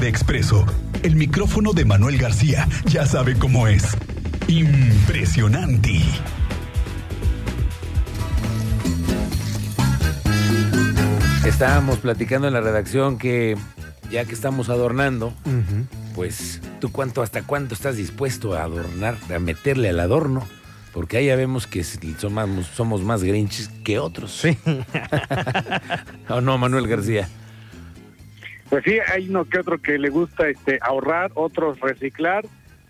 de Expreso. El micrófono de Manuel García ya sabe cómo es. Impresionante. Estábamos platicando en la redacción que ya que estamos adornando, pues tú cuánto hasta cuánto estás dispuesto a adornar, a meterle al adorno, porque ahí ya vemos que somos, somos más grinches que otros. Sí. ¿O no, Manuel García? Pues sí, hay uno que otro que le gusta este ahorrar, otros reciclar,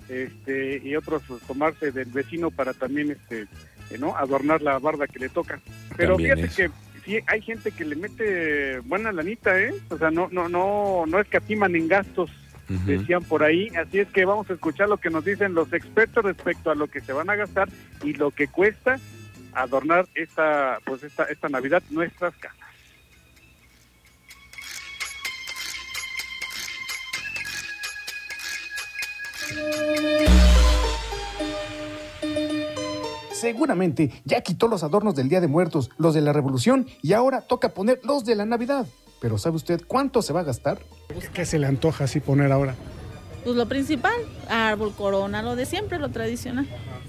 este y otros pues, tomarse del vecino para también este eh, no adornar la barda que le toca. Pero También fíjate es. que sí hay gente que le mete buena lanita, ¿eh? O sea, no no no no escatiman en gastos, Ujú. decían por ahí, así es que vamos a escuchar lo que nos dicen los expertos respecto a lo que se van a gastar y lo que cuesta adornar esta pues esta esta Navidad nuestras casas. Seguramente ya quitó los adornos del Día de Muertos, los de la Revolución y ahora toca poner los de la Navidad. Pero ¿sabe usted cuánto se va a gastar? ¿Qué se le antoja así poner ahora? Pues lo principal, árbol, corona, lo de siempre, lo tradicional.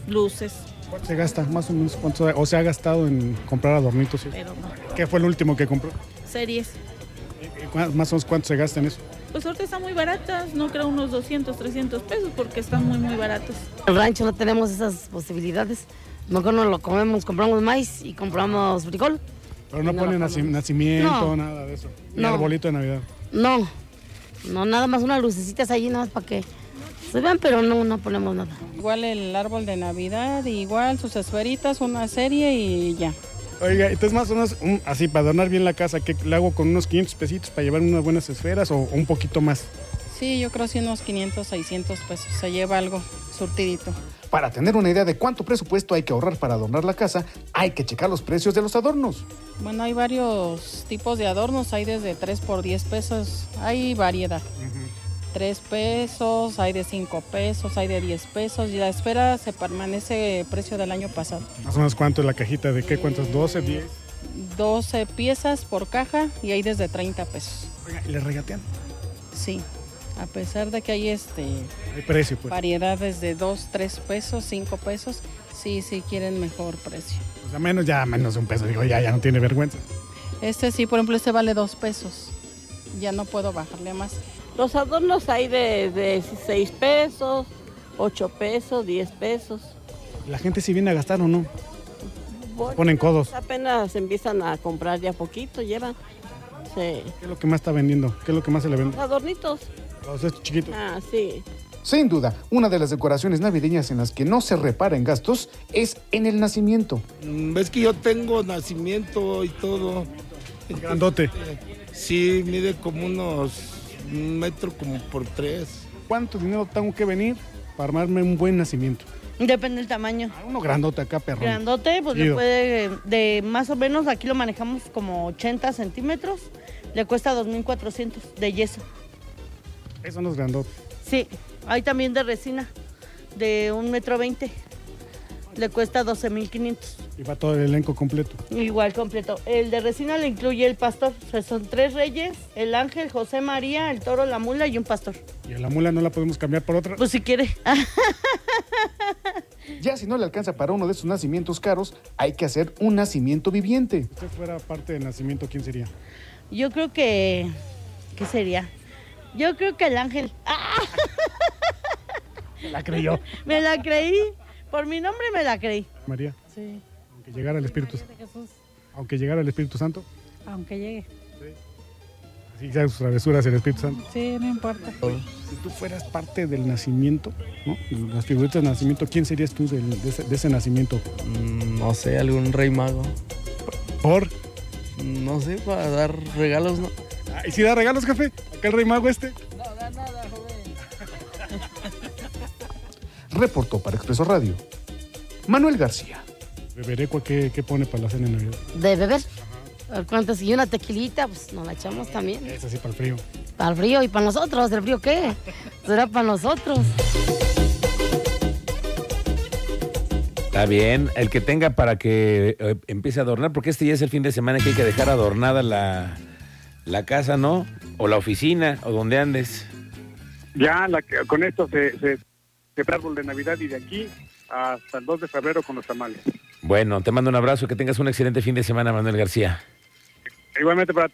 Luces, ¿Cuánto se gasta? Más o menos cuánto o se ha gastado en comprar adornitos. y eso? pero no. ¿Qué fue el último que compró? Series. ¿Y cua- Más o menos cuánto se gasta en eso. Pues ahorita están muy baratas, no creo unos 200, 300 pesos porque están muy, muy baratas. En el rancho no tenemos esas posibilidades. Mejor no lo comemos, compramos maíz y compramos frijol. Pero no, No, pone no. naci- nacimiento, No. nada de eso. Ni No. arbolito de Navidad. No, no, nada más unas lucecitas allí, nada más para que se vean, pero no, no ponemos nada. Igual el árbol de Navidad, igual sus esferitas, una serie y ya. Oiga, entonces más o menos un- así para adornar bien la casa, ¿qué le hago con unos 500 pesitos para llevar unas buenas esferas o un poquito más? Sí, yo creo que sí unos 500, 600 pesos. Se lleva algo surtidito. Para tener una idea de cuánto presupuesto hay que ahorrar para adornar la casa, hay que checar los precios de los adornos. Bueno, hay varios tipos de adornos. Hay desde 3 por 10 pesos. Hay variedad. 3 pesos, hay de 5 pesos, hay de 10 pesos. Y la esfera se permanece precio del año pasado. Más o menos cuánto es la cajita, de qué cuentas, 12, 10. 12 piezas por caja y hay desde 30 pesos. Oiga, ¿y le regatean? Sí, a pesar de que hay este El precio, pues. variedades de 2, 3 pesos, 5 pesos. Sí, sí quieren mejor precio. O sea, menos ya, menos de un peso. Digo, ya, ya no tiene vergüenza. Este sí, por ejemplo, este vale 2 pesos. Ya no puedo bajarle más. Los adornos hay de, de 6 pesos, 8 pesos, 10 pesos. ¿La gente sí viene a gastar o no? Bueno, ponen codos. Apenas empiezan a comprar de a poquito, llevan sí. ¿Qué es lo que más está vendiendo? ¿Qué es lo que más se le vende? Los adornitos. Los estos chiquitos. Ah, sí. Sin duda, una de las decoraciones navideñas en las que no se repara en gastos es en el nacimiento. Mm, Ves que yo tengo nacimiento y todo. Grandote. Sí, mide como unos un metro como por tres. ¿Cuánto dinero tengo que venir para armarme un buen nacimiento? Depende del tamaño. Ah, Uno grandote acá, perro. Grandote, pues Chido. le puede, de más o menos, aquí lo manejamos como 80 centímetros, le cuesta 2.400 de yeso. Esos son los grandotes. Sí, hay también de resina, de un metro veinte, le cuesta 12.500. Y va todo el elenco completo. Igual completo. El de resina le incluye el pastor, o sea, son tres reyes, el ángel, José María, el toro, la mula y un pastor. Y a la mula no la podemos cambiar por otra. Pues si quiere. Ya si no le alcanza para uno de esos nacimientos caros, hay que hacer un nacimiento viviente. Si usted fuera parte del nacimiento, ¿quién sería? Yo creo que. ¿Qué sería? Yo creo que el ángel. ¡Ah! La creyó. Me la creí. Por mi nombre me la creí. María, Sí, aunque llegara el Espíritu, Jesús, aunque llegara el Espíritu Santo, aunque llegue. así sea sus travesuras el Espíritu Santo. Sí, no importa. Si tú fueras parte del nacimiento, ¿no? De Las figuritas de nacimiento, ¿quién serías tú del- de, ese, de ese nacimiento? Mm, no sé, algún rey mago. Mm, Por. No sé, para dar regalos, ¿no? Ah, ¿Y si da regalos, jefe? Acá el rey mago este. Reportó para Expreso Radio. Manuel García. Beberecua, ¿qué, qué pone para la cena de Navidad? De beber, ¿cuántas? Y una tequilita, pues nos la echamos también. Es así para el frío. Para el frío y para nosotros. ¿El frío qué? Será para nosotros. Está bien, el que tenga para que eh, empiece a adornar, porque este ya es el fin de semana que hay que dejar adornada la, la casa, ¿no? O la oficina, o donde andes. Ya la que- con esto se, se, se ve árbol de Navidad y de aquí hasta el 2 de febrero con los tamales. Bueno, te mando un abrazo, que tengas un excelente fin de semana, Manuel García. Igualmente para